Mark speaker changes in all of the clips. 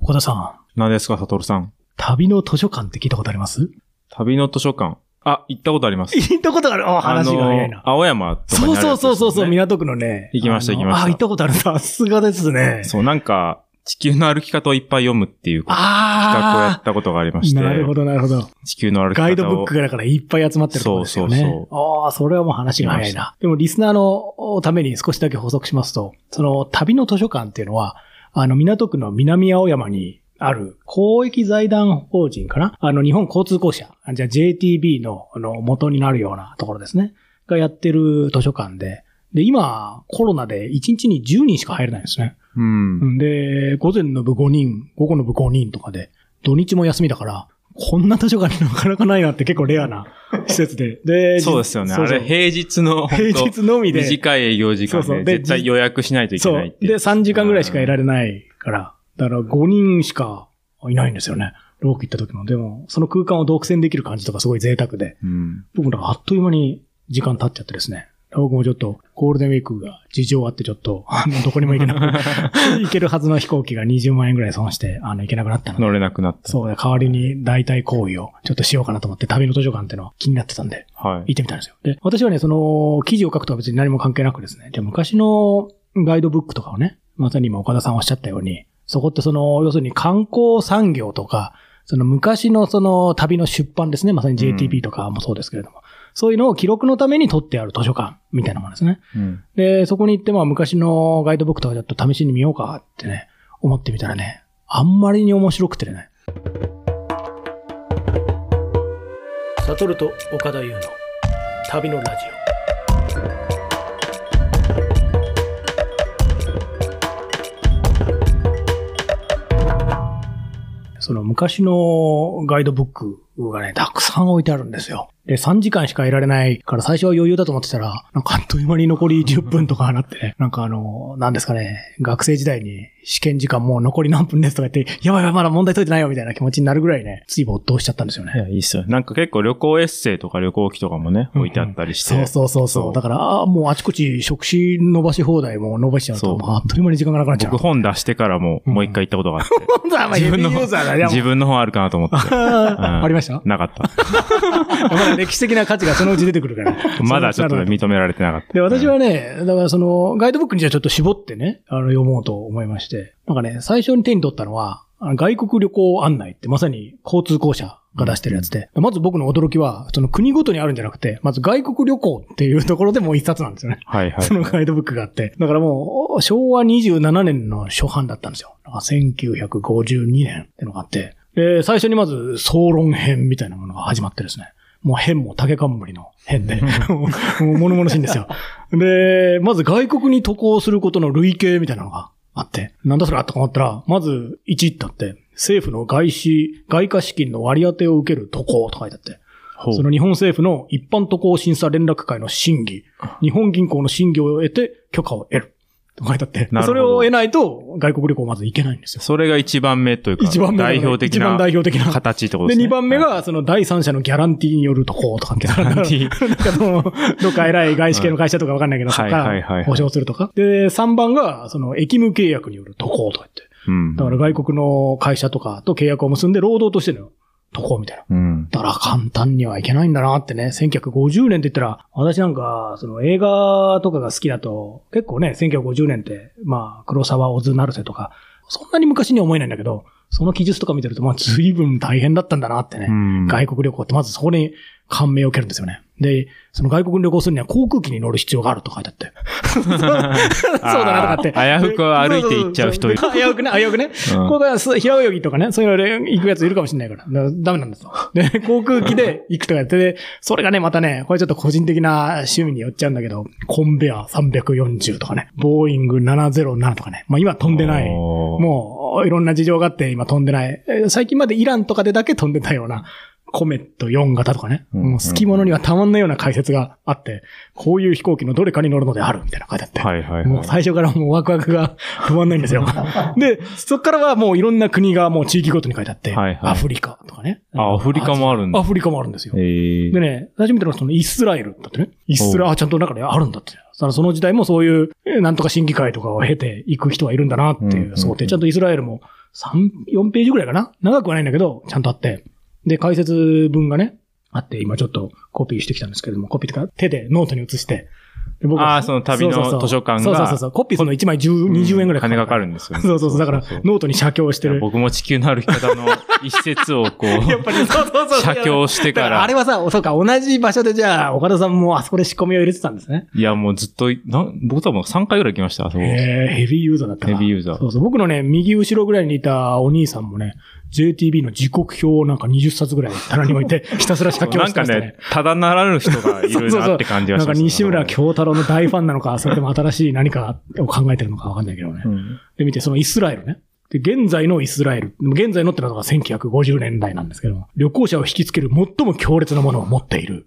Speaker 1: 小田さん、
Speaker 2: 何ですか、サトルさん。
Speaker 1: 旅の図書館って聞いたことあります
Speaker 2: 旅の図書館。あ、行ったことあります。
Speaker 1: 行ったことあるあ話が早いな
Speaker 2: あ。の青山とかにあ
Speaker 1: そ
Speaker 2: る
Speaker 1: う
Speaker 2: やつ
Speaker 1: そうそうそうそう、
Speaker 2: ですね
Speaker 1: 港区のね。
Speaker 2: 行きました
Speaker 1: あの
Speaker 2: 行きました
Speaker 1: あ、行ったことある。さすがですね。
Speaker 2: そう、なんか、地球の歩き方をいっぱい読むっていう企画をや
Speaker 1: あ
Speaker 2: ったことがありまし
Speaker 1: あ。
Speaker 2: て。
Speaker 1: なるほど、なるほど。
Speaker 2: 地球の歩き方を。
Speaker 1: ガイドブックがだからいっぱい集まってるところですよね。
Speaker 2: そうそう
Speaker 1: ああ、それはもう話が早い
Speaker 2: 行きま
Speaker 1: な。でもリスナーのために少しだけ補足しますと、その旅の図書館っていうのは、あの港区の南青山にある公益財団法人かなあの日本交通公社、じゃあ JTB のあの元になるようなところですね。がやってる図書館で、で、今コロナで1日に10人しか入れないんですね。
Speaker 2: うん。
Speaker 1: うんで、午前の部5人、午後の部5人とかで、土日も休みだから、こんな図書館になかなかないなって結構レア な施設で。で、
Speaker 2: そうですよね。
Speaker 1: そう
Speaker 2: あ
Speaker 1: そう
Speaker 2: れ、平日の、
Speaker 1: 平日のみで。
Speaker 2: 短い営業時間
Speaker 1: そうそう
Speaker 2: で、
Speaker 1: で
Speaker 2: 絶対予約しないといけ
Speaker 1: そ
Speaker 2: ないうっ。て
Speaker 1: で、
Speaker 2: いう。
Speaker 1: 3時間ぐらいしか得られないから、だから5人しかいないんですよね。ローク行った時も。でも、その空間を独占できる感じとかすごい贅沢で。
Speaker 2: うん。
Speaker 1: 僕もなんかあっという間に時間経っちゃってですね。僕もちょっとゴールデンウィークが事情あってちょっと、あの、どこにも行けなく、行けるはずの飛行機が20万円ぐらい損して、あの、行けなくなったので。
Speaker 2: 乗れなくなった。
Speaker 1: そうだ、代わりに代替行為をちょっとしようかなと思って、旅の図書館っていうのは気になってたんで、
Speaker 2: はい。
Speaker 1: 行ってみたんですよ。で、私はね、その、記事を書くとは別に何も関係なくですね、じゃあ昔のガイドブックとかをね、まさに今岡田さんおっしゃったように、そこってその、要するに観光産業とか、その昔のその旅の出版ですね、まさに
Speaker 2: う
Speaker 1: JTB とかもそうですけれども、そういうのを記録のために取ってある図書館みたいなものですね。
Speaker 2: うん。
Speaker 1: で、そこに行って、まあ昔のガイドブックとかちょっと試しに見ようかってね、思ってみたらね、あんまりに面白くてね。サトルと岡田優の旅のラジオ。その昔のガイドブックがね、たくさん置いてあるんですよ。で、3時間しかいられないから最初は余裕だと思ってたら、なんかあっという間に残り10分とかなってね、なんかあの、なんですかね、学生時代に試験時間もう残り何分ですとか言って、やばいやばいまだ問題解いてないよみたいな気持ちになるぐらいね、つい没頭しちゃったんですよね
Speaker 2: い。や、いいっすよ。なんか結構旅行エッセイとか旅行記とかもね、置いてあったりして。
Speaker 1: そうそうそうそう。だから、ああ、もうあちこち食事伸ばし放題も伸ばしちゃう
Speaker 2: そ
Speaker 1: と、
Speaker 2: う
Speaker 1: もうあっという間に時間がなくなっちゃう
Speaker 2: 僕。本出してからも、もう一回行ったことがあって。
Speaker 1: 本当は
Speaker 2: 自分の
Speaker 1: ユーザーだね。
Speaker 2: 自分の本あるかな と思って。
Speaker 1: あーありま した
Speaker 2: なかった。
Speaker 1: まだ歴史的な価値がそのうち出てくるから。
Speaker 2: まだちょっとね認められてなかった。
Speaker 1: で、私はね、だからその、ガイドブックにじゃあちょっと絞ってね、あの、読もうと思いまして。なんかね、最初に手に取ったのは、あの外国旅行案内ってまさに交通公社が出してるやつで、まず僕の驚きは、その国ごとにあるんじゃなくて、まず外国旅行っていうところでもう一冊なんですよね。
Speaker 2: はいはい。
Speaker 1: そのガイドブックがあって。だからもう、昭和27年の初版だったんですよ。だから1952年ってのがあって。で、最初にまず、総論編みたいなものが始まってですね。もう編も竹冠の編で、 もうもう物々しいんですよ。で、まず外国に渡航することの類型みたいなのがあって、なんだそれあったか思ったら、まず1だって、政府の外資、外貨資金の割り当てを受ける渡航と書いてあって、
Speaker 2: ほう
Speaker 1: その日本政府の一般渡航審査連絡会の審議、日本銀行の審議を得て許可を得る。と書いてあって
Speaker 2: なるほど。
Speaker 1: それを得ないと外国旅行まず行けないんですよ。
Speaker 2: それが一番目というか、
Speaker 1: 一番目が
Speaker 2: 代表的
Speaker 1: 一
Speaker 2: な
Speaker 1: 番代表的な
Speaker 2: 形ってことで
Speaker 1: で、
Speaker 2: すね。
Speaker 1: 二番目
Speaker 2: はい、
Speaker 1: が、その第三者のギャランティーによる渡航とか、ギャ
Speaker 2: ランティ
Speaker 1: ー。なんかその、どっか偉い外資系の会社とかわかんないけど、
Speaker 2: うん
Speaker 1: そっか
Speaker 2: はいはいはいは
Speaker 1: ら
Speaker 2: い
Speaker 1: 保証するとか。で、三番が、その、駅務契約による渡航とか言って。
Speaker 2: うん。
Speaker 1: だから外国の会社とかと契約を結んで労働としての渡航みたいな。
Speaker 2: うん。
Speaker 1: だから簡単にはいけないんだなってね、1950年って言ったら、私なんか、その映画とかが好きだと、結構ね、1950年って、まあ、黒沢、小津成瀬とか、そんなに昔には思えないんだけど、その記述とか見てると、まあ、随分大変だったんだなってね、
Speaker 2: うん
Speaker 1: 外国旅行ってまずそこに感銘を受けるんですよね。で、その外国に旅行するには航空機に乗る必要があると書いてあって。そうだなとかって。
Speaker 2: あー危うく歩いて行っちゃう人いる
Speaker 1: そうそうそう危うくね、危うくね。
Speaker 2: うん
Speaker 1: ここがす平泳ぎとかね、そういうので行くやついるかもしれないから。だダメなんですよ。で、航空機で行くとかやって、で、それがね、またね、これちょっと個人的な趣味によっちゃうんだけど、コンベア340とかね、ボーイング707とかね、まあ今飛んでない。
Speaker 2: おー
Speaker 1: もう、いろんな事情があって今飛んでない。えー最近までイランとかでだけ飛んでたようなコメット4型とかね、
Speaker 2: うん
Speaker 1: もう好き者にはたまんないような解説があって、こういう飛行機のどれかに乗るのであるみたいな書いてあって。
Speaker 2: はいはい
Speaker 1: もう
Speaker 2: はい。
Speaker 1: 最初からもうワクワクが 止まんないんですよ。で、そっからはもういろんな国がもう地域ごとに書いてあって、
Speaker 2: はいはい
Speaker 1: アフリカとかね。
Speaker 2: あ、アフリカもあるんだ
Speaker 1: ア。フリカもあるんですよ。
Speaker 2: ええ
Speaker 1: でね、初めてのそのイスラエルだってね。イスラエル、あちゃんと中であるんだって。そのその時代もそういう、えーなんとか審議会とかを経て行く人はいるんだなって
Speaker 2: うんう
Speaker 1: い
Speaker 2: んう
Speaker 1: うん想定。ちゃんとイスラエルも3、4ページぐらいかな長くはないんだけど、ちゃんとあって。で、解説文がね、あって、今ちょっとコピーしてきたんですけれども、コピーとか手でノートに移して。で僕は
Speaker 2: あーその旅の
Speaker 1: そうそうそう
Speaker 2: 図書館が
Speaker 1: そうそうそうそう。コピーその1枚10 20円ぐらい
Speaker 2: 金がかか
Speaker 1: る。
Speaker 2: るんですよね。
Speaker 1: そうそうそう。だから
Speaker 2: そうそう、
Speaker 1: ノートに写経してる。
Speaker 2: 僕も地球の歩き方の一節を こう、
Speaker 1: やっぱり、そうそうそう。
Speaker 2: 写経して
Speaker 1: だ
Speaker 2: か
Speaker 1: からあ
Speaker 2: ら
Speaker 1: れ、はさ、そうか、同じ場所でじゃあ、岡田さんもあそこで仕込みを入れてたんですね。
Speaker 2: いやもうずっと、なん僕多分3回ぐらい来ました、あそこ。
Speaker 1: えー、ヘビーユーザーだったな
Speaker 2: ヘビーユーザー
Speaker 1: そうそう。僕のね、右後ろぐらいにいたお兄さんもね、JTB の時刻表をなんか20冊ぐらい棚に置い て、ひたすら写経を
Speaker 2: な
Speaker 1: し
Speaker 2: ん
Speaker 1: て
Speaker 2: か
Speaker 1: ました
Speaker 2: ね
Speaker 1: ね。、
Speaker 2: ただならぬ人がい る
Speaker 1: そうそうそ
Speaker 2: な
Speaker 1: う
Speaker 2: って感じ
Speaker 1: な
Speaker 2: は
Speaker 1: ん
Speaker 2: し
Speaker 1: か
Speaker 2: ます。
Speaker 1: 西村京太郎の大ファンなのか、それとも新しい何かを考えてるのかわかんないけどね。
Speaker 2: うん
Speaker 1: で、見て、そのイスラエルね。で、現在のイスラエル。現在のってのが1950年代なんですけども、旅行者を引きつける最も強烈なものを持っている。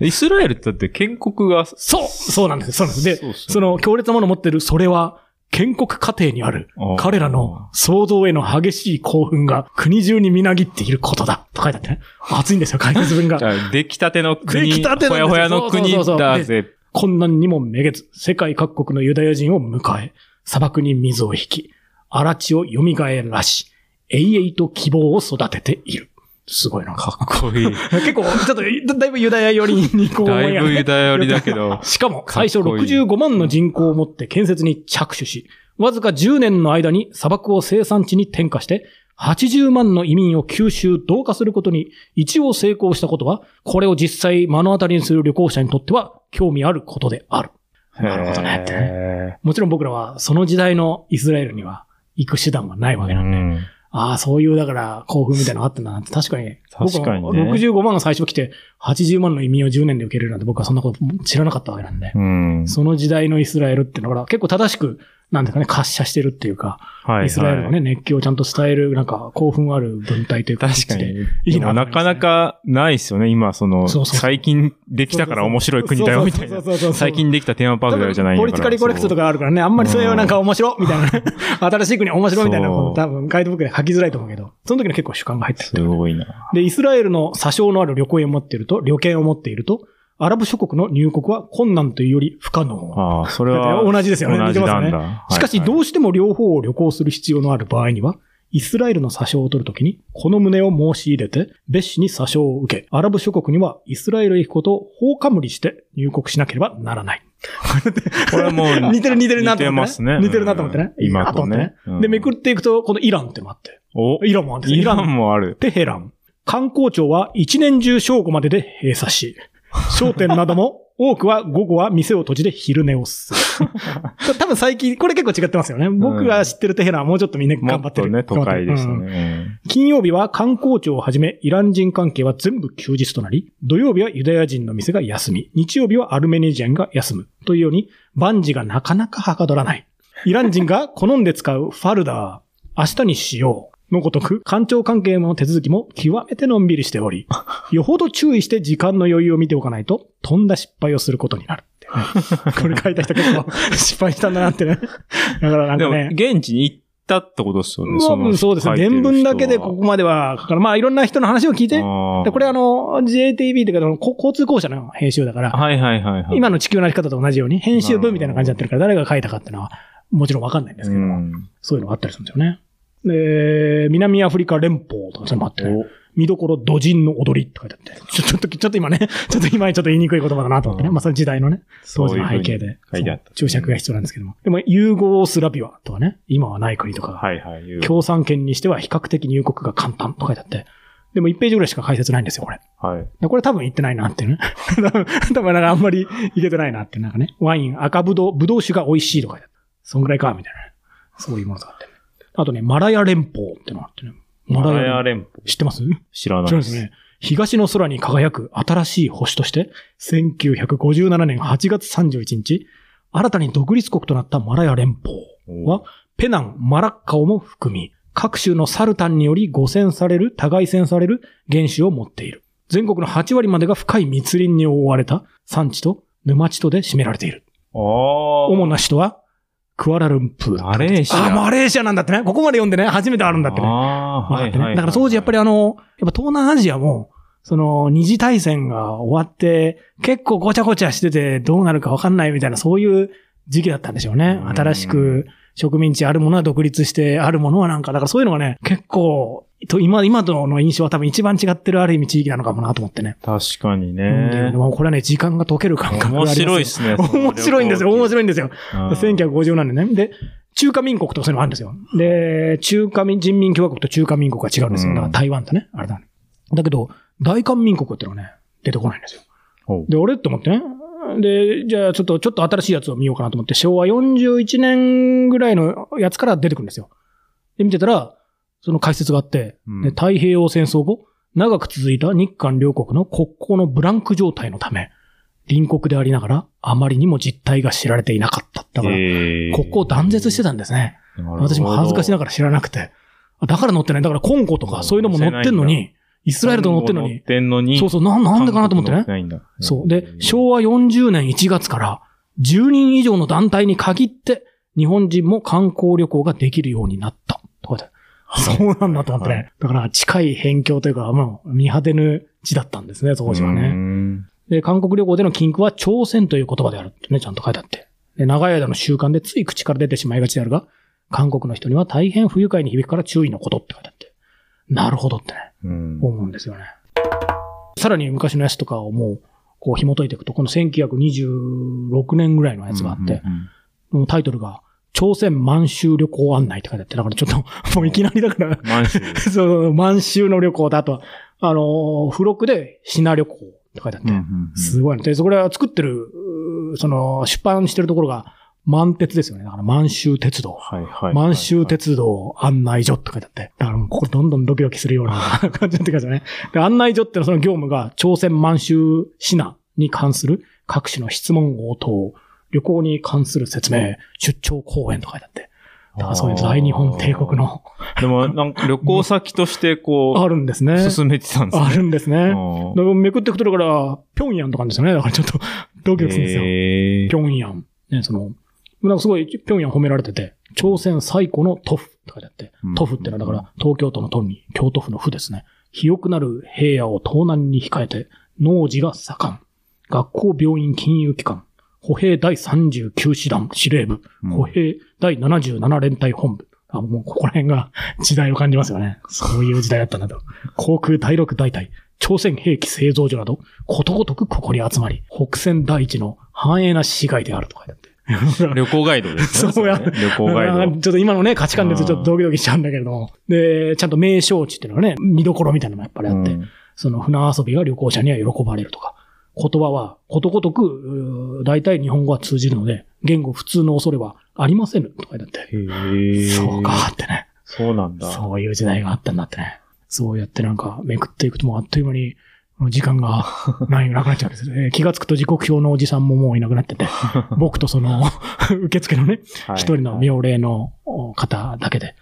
Speaker 2: イスラエルってだって建国が、
Speaker 1: そうそうなんですよそうなんです。で、
Speaker 2: そう
Speaker 1: そ
Speaker 2: っすね
Speaker 1: の強烈なものを持ってる、それは、建国過程にある
Speaker 2: あー、
Speaker 1: 彼らの想像への激しい興奮が国中にみなぎっていることだ。と書いてあってね。熱いんですよ、解説文
Speaker 2: じ
Speaker 1: が。
Speaker 2: ゃあ出来たての国、
Speaker 1: 出来たて
Speaker 2: ほ
Speaker 1: なんです
Speaker 2: や
Speaker 1: よ
Speaker 2: ほやの
Speaker 1: そ
Speaker 2: 国
Speaker 1: うそうそうそう
Speaker 2: だぜ。
Speaker 1: 困難にもめげず、世界各国のユダヤ人を迎え、砂漠に水を引き、荒地を蘇らし、永遠と希望を育てている。すごいな。
Speaker 2: かっこいい。
Speaker 1: 結構、ちょっと、だだいぶユダヤ寄りにこう思
Speaker 2: だ
Speaker 1: い
Speaker 2: い
Speaker 1: が
Speaker 2: ぶ
Speaker 1: ね。
Speaker 2: ユダヤ寄りだけど
Speaker 1: しかも、最初
Speaker 2: かっこいい
Speaker 1: 65万の人口を持って建設に着手し、わずか10年の間に砂漠を生産地に転化して、80万の移民を吸収、同化することに一応成功したことは、これを実際目の当たりにする旅行者にとっては興味あることである。 なるほどねってね
Speaker 2: ね。
Speaker 1: もちろん僕らはその時代のイスラエルには行く手段がないわけなんで、
Speaker 2: うん
Speaker 1: ああ、そういうだから興奮みたいなのあったんだなって、確かに。
Speaker 2: 確かにね
Speaker 1: 僕は65万が最初来て、80万の移民を10年で受け入れるなんて僕はそんなこと知らなかったわけなんで。
Speaker 2: うん。
Speaker 1: その時代のイスラエルっていうのが、結構正しく、なんですかね、滑車してるっていうか、
Speaker 2: はいはい
Speaker 1: イスラエルのね、熱気をちゃんと伝える、なんか、興奮ある文体というか、
Speaker 2: 確かに。
Speaker 1: いい
Speaker 2: でも
Speaker 1: な
Speaker 2: なかなかないですよね。今、その、
Speaker 1: そうそうそう
Speaker 2: 最近できたから面白い国だよ、みたいな。
Speaker 1: な
Speaker 2: 最近できたテーマパークだよじゃないん
Speaker 1: ポ
Speaker 2: だから
Speaker 1: リティカリコレクトと
Speaker 2: か。
Speaker 1: かあるからね、あんまりそれはなんか面白みたいなね、新しい国面白みたいな
Speaker 2: そう
Speaker 1: 多分ガイドブックで書きづらいと思うけど、その時の結構主観が入ってる
Speaker 2: すごいな。
Speaker 1: で、イスラエルの詐称のある旅行を持っていると、旅券を持っていると、アラブ諸国の入国は困難というより不可能。
Speaker 2: あ あ、それは。
Speaker 1: 同じですよね
Speaker 2: 同じな
Speaker 1: 似
Speaker 2: ん
Speaker 1: て
Speaker 2: だ。
Speaker 1: しかし、ど
Speaker 2: う
Speaker 1: うしても両方を旅行する必要のある場合には、イスラエルの詐称を取るときに、この旨を申し入れて、別紙に詐称を受け、アラブ諸国にはイスラエルへ行くことを法かむりして入国しなければならない。
Speaker 2: これはもう、
Speaker 1: 似てる似てるなと思って、ね。
Speaker 2: 似てますね
Speaker 1: 似てるなと思ってね。
Speaker 2: うん今と
Speaker 1: い
Speaker 2: ね
Speaker 1: いな思ってね
Speaker 2: うん
Speaker 1: で、めくっていくと、このイランってのもあって。
Speaker 2: お、
Speaker 1: イランもあるんですよ
Speaker 2: イランもある。
Speaker 1: テヘラン。観光庁は一年中正午までで閉鎖 し、商店なども多くは午後は店を閉じて昼寝をす る。多分最近、これ結構違ってますよね。僕が知ってるテヘランはもうちょっとみんな
Speaker 2: も
Speaker 1: 頑張
Speaker 2: っ
Speaker 1: って
Speaker 2: と
Speaker 1: る。
Speaker 2: ね、都会でした
Speaker 1: うん
Speaker 2: ね。
Speaker 1: 金曜日は観光庁をはじめイラン人関係は全部休日となり、土曜日はユダヤ人の店が休み、日曜日はアルメニア人が休む。というように、万事がなかなかはかどらない。イラン人が好んで使うファルダー、明日にしよう。のごとく、官庁関係の手続きも極めてのんびりしており、よほど注意して時間の余裕を見ておかないと、とんだ失敗をすることになるってね。これ書いた人結構失敗したんだなってね。だからな
Speaker 2: うんんで
Speaker 1: か
Speaker 2: も、
Speaker 1: ね。
Speaker 2: 現地に行ったってことですよね。
Speaker 1: 多
Speaker 2: の
Speaker 1: 分そうですね。
Speaker 2: 書いてる
Speaker 1: 伝
Speaker 2: 人
Speaker 1: 聞
Speaker 2: は
Speaker 1: だけでここまでは書かない、まあいろんな人の話を聞いて、
Speaker 2: あー
Speaker 1: でこれあの、JTB っていうか、こ交通公社の編集だから、
Speaker 2: はいはいはいはい。
Speaker 1: 今の地球の歩き方と同じように、編集部みたいな感じになってるから、誰が書いたかっていうのは、もちろんわかんないんですけど、
Speaker 2: うん
Speaker 1: そういうのがあったりするんですよね。で、南アフリカ連邦とかそれもあって、ね、見どころ土人の踊りって書いてあって、ちょちょっと、ちょっと今ね、 ちょっと今ちょっと言いにくい言葉だなと思ってね、
Speaker 2: うん
Speaker 1: まあその時代のね、当時の背景
Speaker 2: そういう
Speaker 1: で、
Speaker 2: 風に書いてあった
Speaker 1: そう注釈が必要なんですけども。でも、融合スラビアとかね、今はない国とかが
Speaker 2: はいはい。いう
Speaker 1: 共産圏にしては比較的入国が簡単と書いてあって。でも1ページぐらいしか解説ないんですよ、これ。
Speaker 2: はい。
Speaker 1: でこれ多分行ってないなっていうね。 多分多分なんかあんまり行けてないなっていう、なんかね。ワイン、赤ぶどう、ぶどう酒が美味しいとかってあって。そんぐらいか、みたいなね。そういうものがあってね。あとね、マラヤ連邦ってのがあってね。
Speaker 2: マ
Speaker 1: マラヤ
Speaker 2: ラヤ
Speaker 1: 連邦。
Speaker 2: 連邦。
Speaker 1: 知ってます知
Speaker 2: 知らな
Speaker 1: ら
Speaker 2: い
Speaker 1: ないで
Speaker 2: で。
Speaker 1: すすね。東の空に輝く新しい星として、1957年8月31日、新たに独立国となったマラヤ連邦。は、ペナン、マラッカオも含み、各種のサルタンにより誤選される、互い戦される原種を持っている。全国の8割までが深い密林に覆われた山地と沼地とで占められている。
Speaker 2: ああ。
Speaker 1: 主な人は、クアラルンプール。
Speaker 2: マレーシア
Speaker 1: あ、マレーシアなんだってね。ここまで読んでね、初めてあるんだってね。
Speaker 2: ああ、
Speaker 1: わか
Speaker 2: は
Speaker 1: っ
Speaker 2: い
Speaker 1: て
Speaker 2: はいは
Speaker 1: ね
Speaker 2: い。
Speaker 1: だから当時やっぱりあの、やっぱ東南アジアも、その二次大戦が終わって、結構ごちゃごちゃしててどうなるかわかんないみたいなそういう時期だったんでしょうね。
Speaker 2: うん
Speaker 1: 新しく植民地あるものは独立して、あるものはなんか、だからそういうのがね、結構、と今、今との印象は多分一番違ってるある意味地域なのかもなと思ってね。
Speaker 2: 確かに
Speaker 1: うん
Speaker 2: ね
Speaker 1: で。もこれはね、時間が解ける感覚があり
Speaker 2: 面
Speaker 1: ますよ
Speaker 2: 白いですね。
Speaker 1: 面白いんですよ、面白いんですよ。
Speaker 2: 千
Speaker 1: 1950何年ね。で、中華民国とかそういうのあるんですよ。で、中華民人民共和国と中華民国が違うんですよ。
Speaker 2: うん
Speaker 1: だから台湾とね、あれだね。だけど、大韓民国っていうのがね、出てこないんですよ。
Speaker 2: ほ
Speaker 1: で、俺って思ってね。で、じゃあちょっと、ちょっと新しいやつを見ようかなと思って、昭和41年ぐらいのやつから出てくるんですよ。で、見てたら、その解説があって、
Speaker 2: うん
Speaker 1: で太平洋戦争後、長く続いた日韓両国の国交のブランク状態のため、隣国でありながら、あまりにも実態が知られていなかった。だから、国交断絶してたんですね。私も恥ずかしな
Speaker 2: が
Speaker 1: がら知らなくて。だから乗ってない。だからコンゴとかそういうのも乗ってんの
Speaker 2: 乗せない
Speaker 1: に、イスラエルと乗ってんの
Speaker 2: 乗っ
Speaker 1: に、
Speaker 2: てんのに。
Speaker 1: そうそう、ななんでかなと思ってね。
Speaker 2: 韓国乗ってないんだ
Speaker 1: そう。で、昭和40年1月から10人以上の団体に限って日本人も観光旅行ができるようになった。とかで。 そうなんだと思って
Speaker 2: はい
Speaker 1: ね。だから近い辺境というか、まあ、見果てぬ地だったんですね、当時はね。
Speaker 2: ね。
Speaker 1: で、韓国旅行での禁句は朝鮮という言葉であるってね、ちゃんと書いてあって。で、長い間の習慣でつい口から出てしまいがちであるが、韓国の人には大変不愉快に響くから注意のことって書いてあって。なるほどってね。
Speaker 2: うん
Speaker 1: 思うんですよね。さらに昔のやつとかをもう、こう紐解いていくと、この1926年ぐらいのやつがあって、。もうタイトルが、朝鮮満州旅行案内って書いてあって、だからちょっと、もうい きなりだから、
Speaker 2: 満州。
Speaker 1: そう、満州の旅行だと、あのー、付録で、シナ旅行って書いてあって、すごいの。で、そこら作ってる、うーその、出版してるところが、満鉄ですよね。だから満州鉄道。
Speaker 2: はいはい。
Speaker 1: 満州鉄道案内所って書いてあって。だからもうここどんどんドキドキするような感じになってきますよね。で、案内所ってのはその業務が朝鮮満州市内に関する各種の質問応答、旅行に関する説明、出張講演と書いてあって。だからそういう大日本帝国。の、
Speaker 2: でも、なんか旅行先として
Speaker 1: あ
Speaker 2: こ
Speaker 1: るんですね
Speaker 2: う、。進めてたんですね
Speaker 1: あるんですね。だ
Speaker 2: あ
Speaker 1: からめくってくとるから、平壌とかあるんですよね。だからちょっとド
Speaker 2: ー
Speaker 1: キドキするんですよ。
Speaker 2: へー
Speaker 1: 平壌。ね、その、なんかすごい平壌褒められてて、朝鮮最古の都府って書いてあって
Speaker 2: うん、
Speaker 1: 都府ってのはだから東京都の都に京都府の府ですね。肥沃なる平野を東南に控えて、農事が盛ん。学校、病院、金融機関。歩兵第39師団司令部。
Speaker 2: うん
Speaker 1: 歩兵第77連隊本部。あ、もうここら辺が 時代を感じますよね。そういう時代だったんだと。航空第6大隊、朝鮮兵器製造所など、ことごとくここに集まり、北線第一の繁栄な市街であるとか言って。
Speaker 2: 旅行ガイドです ね。
Speaker 1: そうや
Speaker 2: れね旅行ガ
Speaker 1: あ
Speaker 2: イ
Speaker 1: ーちょっと今のね、価値観でちょっとドキドキしちゃうんだけれども。で、ちゃんと名勝地っていうのはね、見どころみたいなのもやっぱりあ
Speaker 2: ド。
Speaker 1: って、
Speaker 2: うん
Speaker 1: その船遊びが旅行者には喜ばれるとか、言葉はことごとく、うー大体日本語は通じるので、言語普通の恐れはありませぬとか言って。
Speaker 2: へー
Speaker 1: そうか。ってね。
Speaker 2: そうなんだ。
Speaker 1: そういう時代があったんだってね。そうやってなんかめくっていくともうあっという間に、時間 がないなくなっちゃうんですね。気がつくと時刻表のおじさんももういなくな ってて、僕とその 受付のね、
Speaker 2: はい
Speaker 1: 一人の妙齢のお方だけで、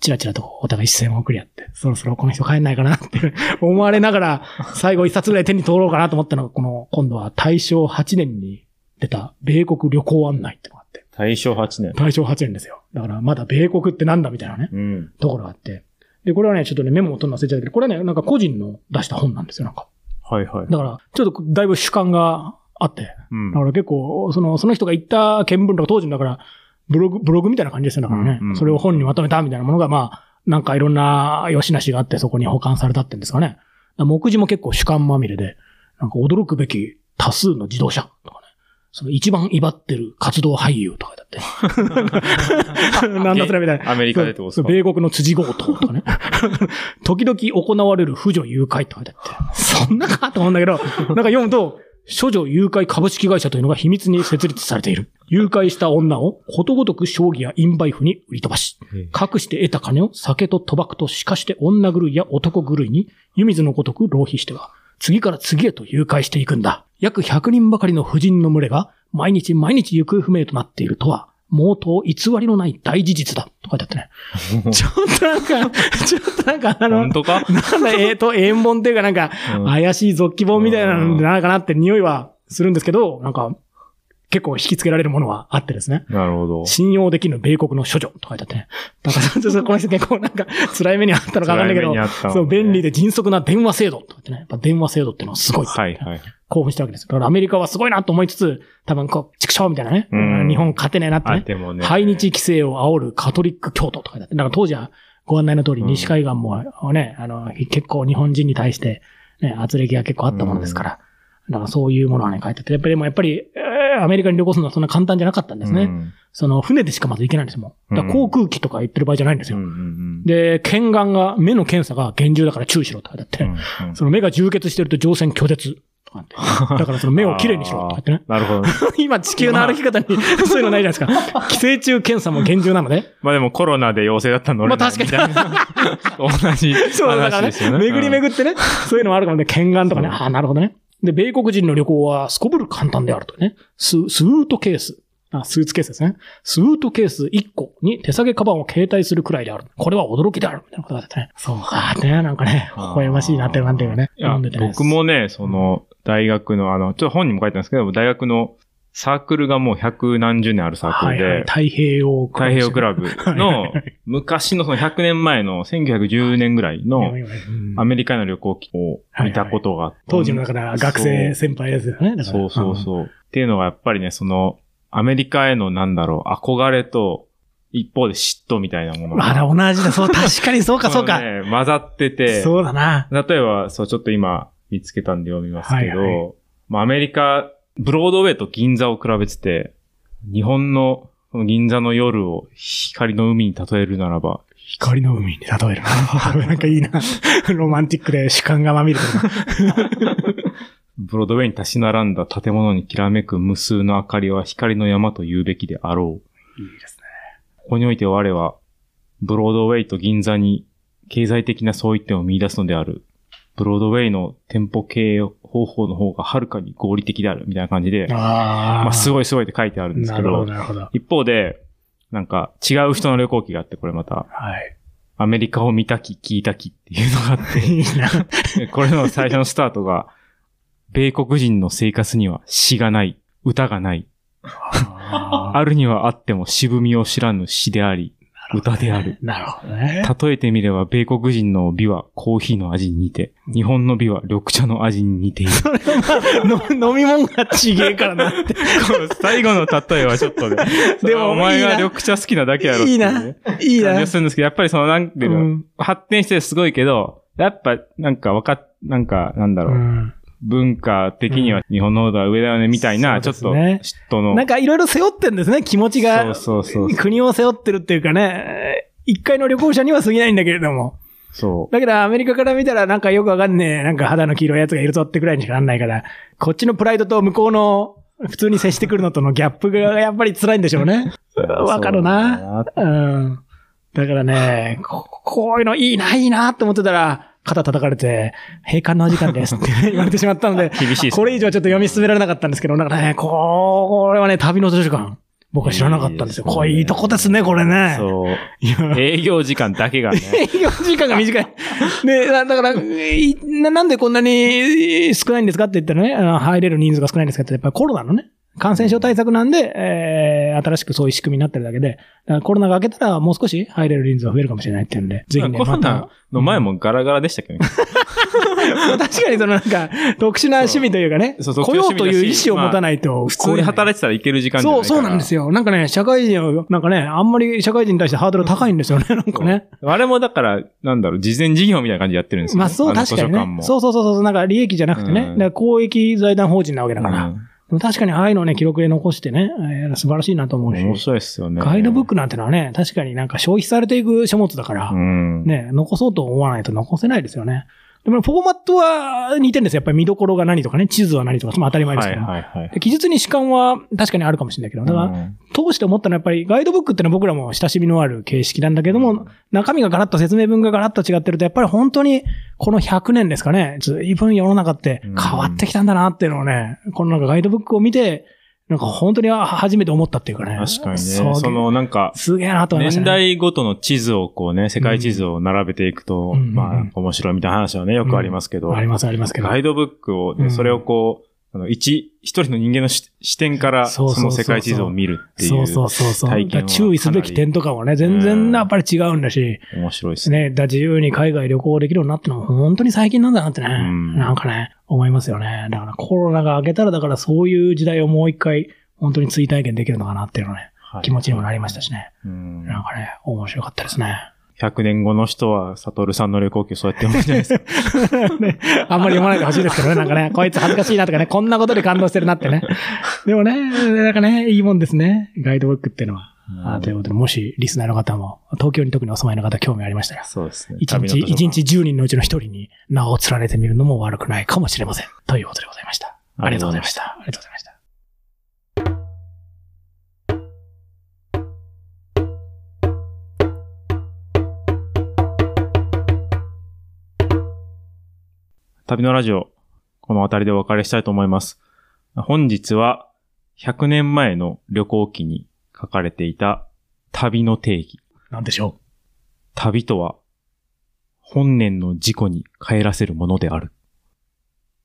Speaker 1: チラチラとお互い視線を送り合って、そろそろこの人帰んないかなって思われながら、最後一冊ぐらい手に取ろうかなと思ったのが、この、今度は大正8年に出た米国旅行案内ってのがあって、
Speaker 2: 大正8年。
Speaker 1: 大正8年ですよ。だからまだ米国ってなんだみたいなね。
Speaker 2: うん。
Speaker 1: ところがあって。で、これはね、ちょっとね、メモを取るの忘れちゃうけど、これはね、なんか個人の出した本なんですよ、なんか。
Speaker 2: はいはい。
Speaker 1: だから、ちょっとだいぶ主観があって。
Speaker 2: うん
Speaker 1: だから結構、その、その人が言った見聞とか当時のだから、ブログ、ブログみたいな感じですよ、だからね。
Speaker 2: うんうん
Speaker 1: それを本にまとめたみたいなものが、まあ、なんかいろんな良しなしがあって、そこに保管されたってんですかね。だから目次も結構主観まみれで、なんか驚くべき多数の自動車とかね。その一番威張ってる活動俳優とかだって。 なんだそれみたいな。
Speaker 2: アメリカでってことで
Speaker 1: そ
Speaker 2: すか
Speaker 1: う米国の辻強盗とか ね。時々行われる婦女誘拐とかだって。そんなかと思うんだけど、なんか読むと、処女誘拐株式会社というのが秘密に設立されている。誘拐した女をことごとく将棋やインバイフに売り飛ばし、隠して得た金を酒と賭博としかして女狂いや男狂いに湯水のごとく浪費しては、次から次へと誘拐していくんだ。約100人ばかりの婦人の群れが毎日毎日行方不明となっているとは、毛頭偽りのない大事実だ。とか書いてあってね。ちょっとなんか、 ちょっとなんかあの
Speaker 2: 本、当 か
Speaker 1: なんだ、えーと、縁文っていうかなんか、
Speaker 2: うん
Speaker 1: 怪しい雑記本みたいなのじゃないかなって匂いはするんですけど、なんか、結構引き付けられるものはあってですね。
Speaker 2: なるほど。
Speaker 1: 信用できぬ米国の処女とか書いてあってね。だから、ちょっとこの人結構なんか辛い目にあったのかわかんないけど、そう、便利
Speaker 2: で。
Speaker 1: で迅速な電話制度とか言ってね。やっぱ電話制度っていうのはすごい。
Speaker 2: はいはい。
Speaker 1: 興奮したわけですよ。だからアメリカはすごいなと思いつつ、多分こう、畜生みたいなね。
Speaker 2: うん
Speaker 1: 日本勝てねえなって
Speaker 2: あ、
Speaker 1: ね。
Speaker 2: でもね。
Speaker 1: 排日規制を煽るカトリック教徒とかだって。だから当時はご案内の通り、
Speaker 2: うん
Speaker 1: 西海岸もね、あの、結構日本人に対して、ね、圧力が結構あったものですから。だからそういうものはね、書いてて。やっぱりでもやっぱり、えーアメリカに旅行するのはそんな簡単じゃなかったんですね。
Speaker 2: うん
Speaker 1: その、船でしかまず行けないんですよ、もう。だから航空機とか行ってる場合じゃないんです
Speaker 2: う
Speaker 1: よ。
Speaker 2: んうん
Speaker 1: で、検眼が、目の検査が厳重だから注意しろとかだって。
Speaker 2: うんうん。
Speaker 1: その目が充血してると乗船拒絶とかって。だからその目をきれいにしろとかってね
Speaker 2: なるほど。
Speaker 1: 今地球の歩き方に そういうのないじゃないですか。寄生虫検査も厳重なので。
Speaker 2: まあでもコロナで陽性だったの俺
Speaker 1: まあ確
Speaker 2: かに。 同じ
Speaker 1: そうだから
Speaker 2: 話
Speaker 1: ね
Speaker 2: ですよ。ね。
Speaker 1: 巡り巡ってね。そういうのもあるかもね。検眼とかね。
Speaker 2: そう
Speaker 1: ああ、なるほどね。で、米国人の旅行はすこぶる簡単であるとね。ススートケース。あ、スーツケースですね。スートケース1個に手提げカバンを携帯するくらいである。これは驚きである。みたいなことがあってね。そうか。ね、なんかね、微笑ましいなって、なんていうかね。
Speaker 2: いや
Speaker 1: 読んでてね
Speaker 2: 僕もね、その、大学の、あの、ちょっと本にも書いてあるんですけど、大学のサークルがもう百何十年あるサーク
Speaker 1: は
Speaker 2: ル
Speaker 1: い
Speaker 2: で、
Speaker 1: はい、太平洋ク
Speaker 2: 太
Speaker 1: ラブ
Speaker 2: 平洋クラブ の、昔のその100年前の1910年ぐらいの
Speaker 1: うん
Speaker 2: アメリカへの旅行記を見たことがあって
Speaker 1: 当時のだから学生先輩ですよね。だから
Speaker 2: そうそうそう。っていうのはやっぱりね、その、アメリカへのなんだろう、憧れと、一方で嫉妬みたいなもの
Speaker 1: うんあ
Speaker 2: が。
Speaker 1: ら、同じだ。そう、確かにそうか、そう か
Speaker 2: こ。のね混ざってて、
Speaker 1: そうだな。
Speaker 2: 例えば、そう、ちょっと今見つけたんで読みますけど、
Speaker 1: はい
Speaker 2: まあ、アメリカ、ブロードウェイと銀座を比べてて、日本のこの銀座の夜を光の海に例えるならば、
Speaker 1: 光の海に例えるな。 なんかいいな。ロマンティックで主観がまみれてるな。
Speaker 2: ブロードウェイに立ち並んだ建物にきらめく無数の明かりは光の山と言うべきであろう。
Speaker 1: いいですね。
Speaker 2: ここにおいて我は、ブロードウェイと銀座に経済的な相違点を見出すのである。ブロードウェイの店舗経営方法の方がはるかに合理的である。みたいな感じで、
Speaker 1: ああ。
Speaker 2: まあ、す
Speaker 1: い
Speaker 2: ごいすごいって書いてあるんです
Speaker 1: な
Speaker 2: け
Speaker 1: るほ
Speaker 2: ど
Speaker 1: ど、、なるほど。
Speaker 2: 一方で、なんか違う人の旅行記があって、これまた、
Speaker 1: はい。
Speaker 2: アメリカを見たき、聞いたきっていうのがあっ
Speaker 1: いいな。
Speaker 2: て、 これの最初のスタートが、米国人の生活には詩がない、歌がない、
Speaker 1: あ
Speaker 2: あるにはあっても渋みを知らぬ詩であり、歌である。
Speaker 1: ーなるほどね。
Speaker 2: 例えてみれば、米国人の美はコーヒーの味に似て、日本の美は緑茶の味に似てい る。
Speaker 1: の飲み物がちげえから な。
Speaker 2: この最後の例えはちょっとね、
Speaker 1: で
Speaker 2: で
Speaker 1: も
Speaker 2: もお
Speaker 1: い
Speaker 2: 前
Speaker 1: い
Speaker 2: が
Speaker 1: な
Speaker 2: 緑茶好きなだけやろっていうね
Speaker 1: いい
Speaker 2: 感じ
Speaker 1: な
Speaker 2: が。するんですけど、やっぱりその、なんていうの、
Speaker 1: うん
Speaker 2: 発展してすごいけど、やっぱ、なんかわかっ、なんか、なんだろう、
Speaker 1: うん
Speaker 2: 文化的には日本の方が上だよね、みたいな、
Speaker 1: そ
Speaker 2: ち
Speaker 1: う
Speaker 2: ょ
Speaker 1: で
Speaker 2: っ
Speaker 1: す
Speaker 2: と、
Speaker 1: ね
Speaker 2: 嫉妬の。
Speaker 1: なんかいろいろ背負ってんですね、気持ちが。
Speaker 2: そうそうそう。
Speaker 1: 国を背負ってるっていうかね、一回の旅行者には過ぎないんだけれども。
Speaker 2: そう。
Speaker 1: だけどアメリカから見たらなんかよくわかんねえ、なんか肌の黄色いやつがいるぞってくらいにしかなんないから、こっちのプライドと向こうの普通に接してくるのとのギャップがやっぱり辛いんでしょうね。 わかるな
Speaker 2: そう
Speaker 1: うん。だからね、ここういうのいいな、いいなって思ってたら、肩叩かれて、閉館のお時間ですって言われてしまったので、
Speaker 2: だな。厳しいですね
Speaker 1: これ以上はちょっと読み進められなかったんですけど、なんかね、これはね、旅の図書館。僕は知らなかったんですよ。
Speaker 2: いいですね
Speaker 1: これいいとこですね、これね。
Speaker 2: そう。
Speaker 1: いや
Speaker 2: 営業時間だけがね。
Speaker 1: 営業時間が短 い。で、だだから、いななんでこんなに少ないんですかって言ったらね、あの入れる人数が少ないんですかって、やっぱりコロナのね、感染症対策なんで、えー、新しくそういう仕組みになってるだけで、だからコロナが明けたらもう少し入れる人数が増えるかもしれないっていうんで、ぜひね、
Speaker 2: コロナの前もガラガラでしたけどね。
Speaker 1: また 確かにそのなんか、特殊な趣味というかね、
Speaker 2: そうそう
Speaker 1: 来ようという意思を持たないと、
Speaker 2: 普通に
Speaker 1: い
Speaker 2: 働いてたらいける時間じゃない
Speaker 1: そ
Speaker 2: か
Speaker 1: う、
Speaker 2: ら。
Speaker 1: そうなんですよ。なんかね、社会人を、なんかね、あんまり社会人に対してハードル高いんですよね、なんかね。
Speaker 2: あれもだから、なんだろう、事前事業みたいな感じでやってるんですよ。
Speaker 1: まあそう、
Speaker 2: の
Speaker 1: 確かに
Speaker 2: 図書
Speaker 1: ね。
Speaker 2: 館も
Speaker 1: そうそうそうそう、なんか利益じゃなくてね。
Speaker 2: う
Speaker 1: だ
Speaker 2: ん
Speaker 1: から公益財団法人なわけだから。
Speaker 2: うん
Speaker 1: でも確かにああいうのをね、記録で残してね、えー素晴らしいなと思
Speaker 2: 面
Speaker 1: うし。
Speaker 2: 白いですよね。
Speaker 1: ガイドブックなんてのはね、確かになんか消費されていく書物だから、
Speaker 2: うん。
Speaker 1: ね、残そうと思わないと残せないですよね。でもフォーマットは似てるんですよ。やっぱり見どころが何とかね、地図は何とか、まあ当たり前です
Speaker 2: は
Speaker 1: け
Speaker 2: い
Speaker 1: ど。
Speaker 2: はいはい。
Speaker 1: で記述に主観は確かにあるかもしれないけど、だから、
Speaker 2: うん
Speaker 1: 通して思ったのはやっぱりガイドブックってのは僕らも親しみのある形式なんだけども、
Speaker 2: うん
Speaker 1: 中身がガラッと説明文がガラッと違ってると、やっぱり本当にこの100年ですかね、ずいぶん世の中って変わってきたんだなっていうのをね、このなんかガイドブックを見て、なんか本当にあ初めて思ったっていうかね。
Speaker 2: 確かにね。
Speaker 1: すげえ
Speaker 2: そのなんか、
Speaker 1: すげえなと思いました
Speaker 2: 年
Speaker 1: ね。
Speaker 2: 代ごとの地図をこうね、世界地図を並べていくと、
Speaker 1: うんうんう
Speaker 2: ま
Speaker 1: ん
Speaker 2: あ、面白いみたいな話はね、よくありますけど、
Speaker 1: ありますありますけど。
Speaker 2: ガイドブックを、
Speaker 1: うん
Speaker 2: それをこう、あの、一、一人の人間のし視点から、
Speaker 1: そ
Speaker 2: そう
Speaker 1: そうそう
Speaker 2: の
Speaker 1: そう
Speaker 2: 世界地図を見るってい
Speaker 1: そう
Speaker 2: う、
Speaker 1: そうそうそう。
Speaker 2: 体験は
Speaker 1: だから注意すべき点とかもね、
Speaker 2: なり
Speaker 1: 全然
Speaker 2: うん
Speaker 1: やっぱり違うんだし、
Speaker 2: 面白いですね。
Speaker 1: ね、だから自由に海外旅行できるようになったのは本当に最近なんだなってね、
Speaker 2: ん
Speaker 1: なんかね、思いますよね。だからコロナが明けたら、だからそういう時代をもう一回、本当に追体験できるのかなっていうのね、
Speaker 2: はい
Speaker 1: 気持ちにもなりましたしね。
Speaker 2: うん
Speaker 1: なんかね、面白かったですね。
Speaker 2: 100年後の人は、サトルさんの旅行記をそうやって読むんじゃないですか。
Speaker 1: ね、あんまり読まないでほしいです けどね、なんかね、こいつ恥ずかしいなとかね、こんなことで感動してるなって ね。でもね、なんかね、いいもんですね、ガイドブックっていうのは。 あということで、もしリスナーの方も、東京に特にお住まいの方興味ありましたら、
Speaker 2: そうですね。
Speaker 1: 一日、
Speaker 2: 旅の図書
Speaker 1: 一
Speaker 2: 館
Speaker 1: 日10人のうちの一人に名を連ねてみるのも悪くないかもしれません。ということでございました。ありがとうございました。ありがとうございました。
Speaker 2: 旅のラジオ、この辺りでお別れしたいと思います。本日は、100年前の旅行記に書かれていた旅の定義。
Speaker 1: なんでしょ
Speaker 2: 旅とは、本年の事故に帰らせるものである。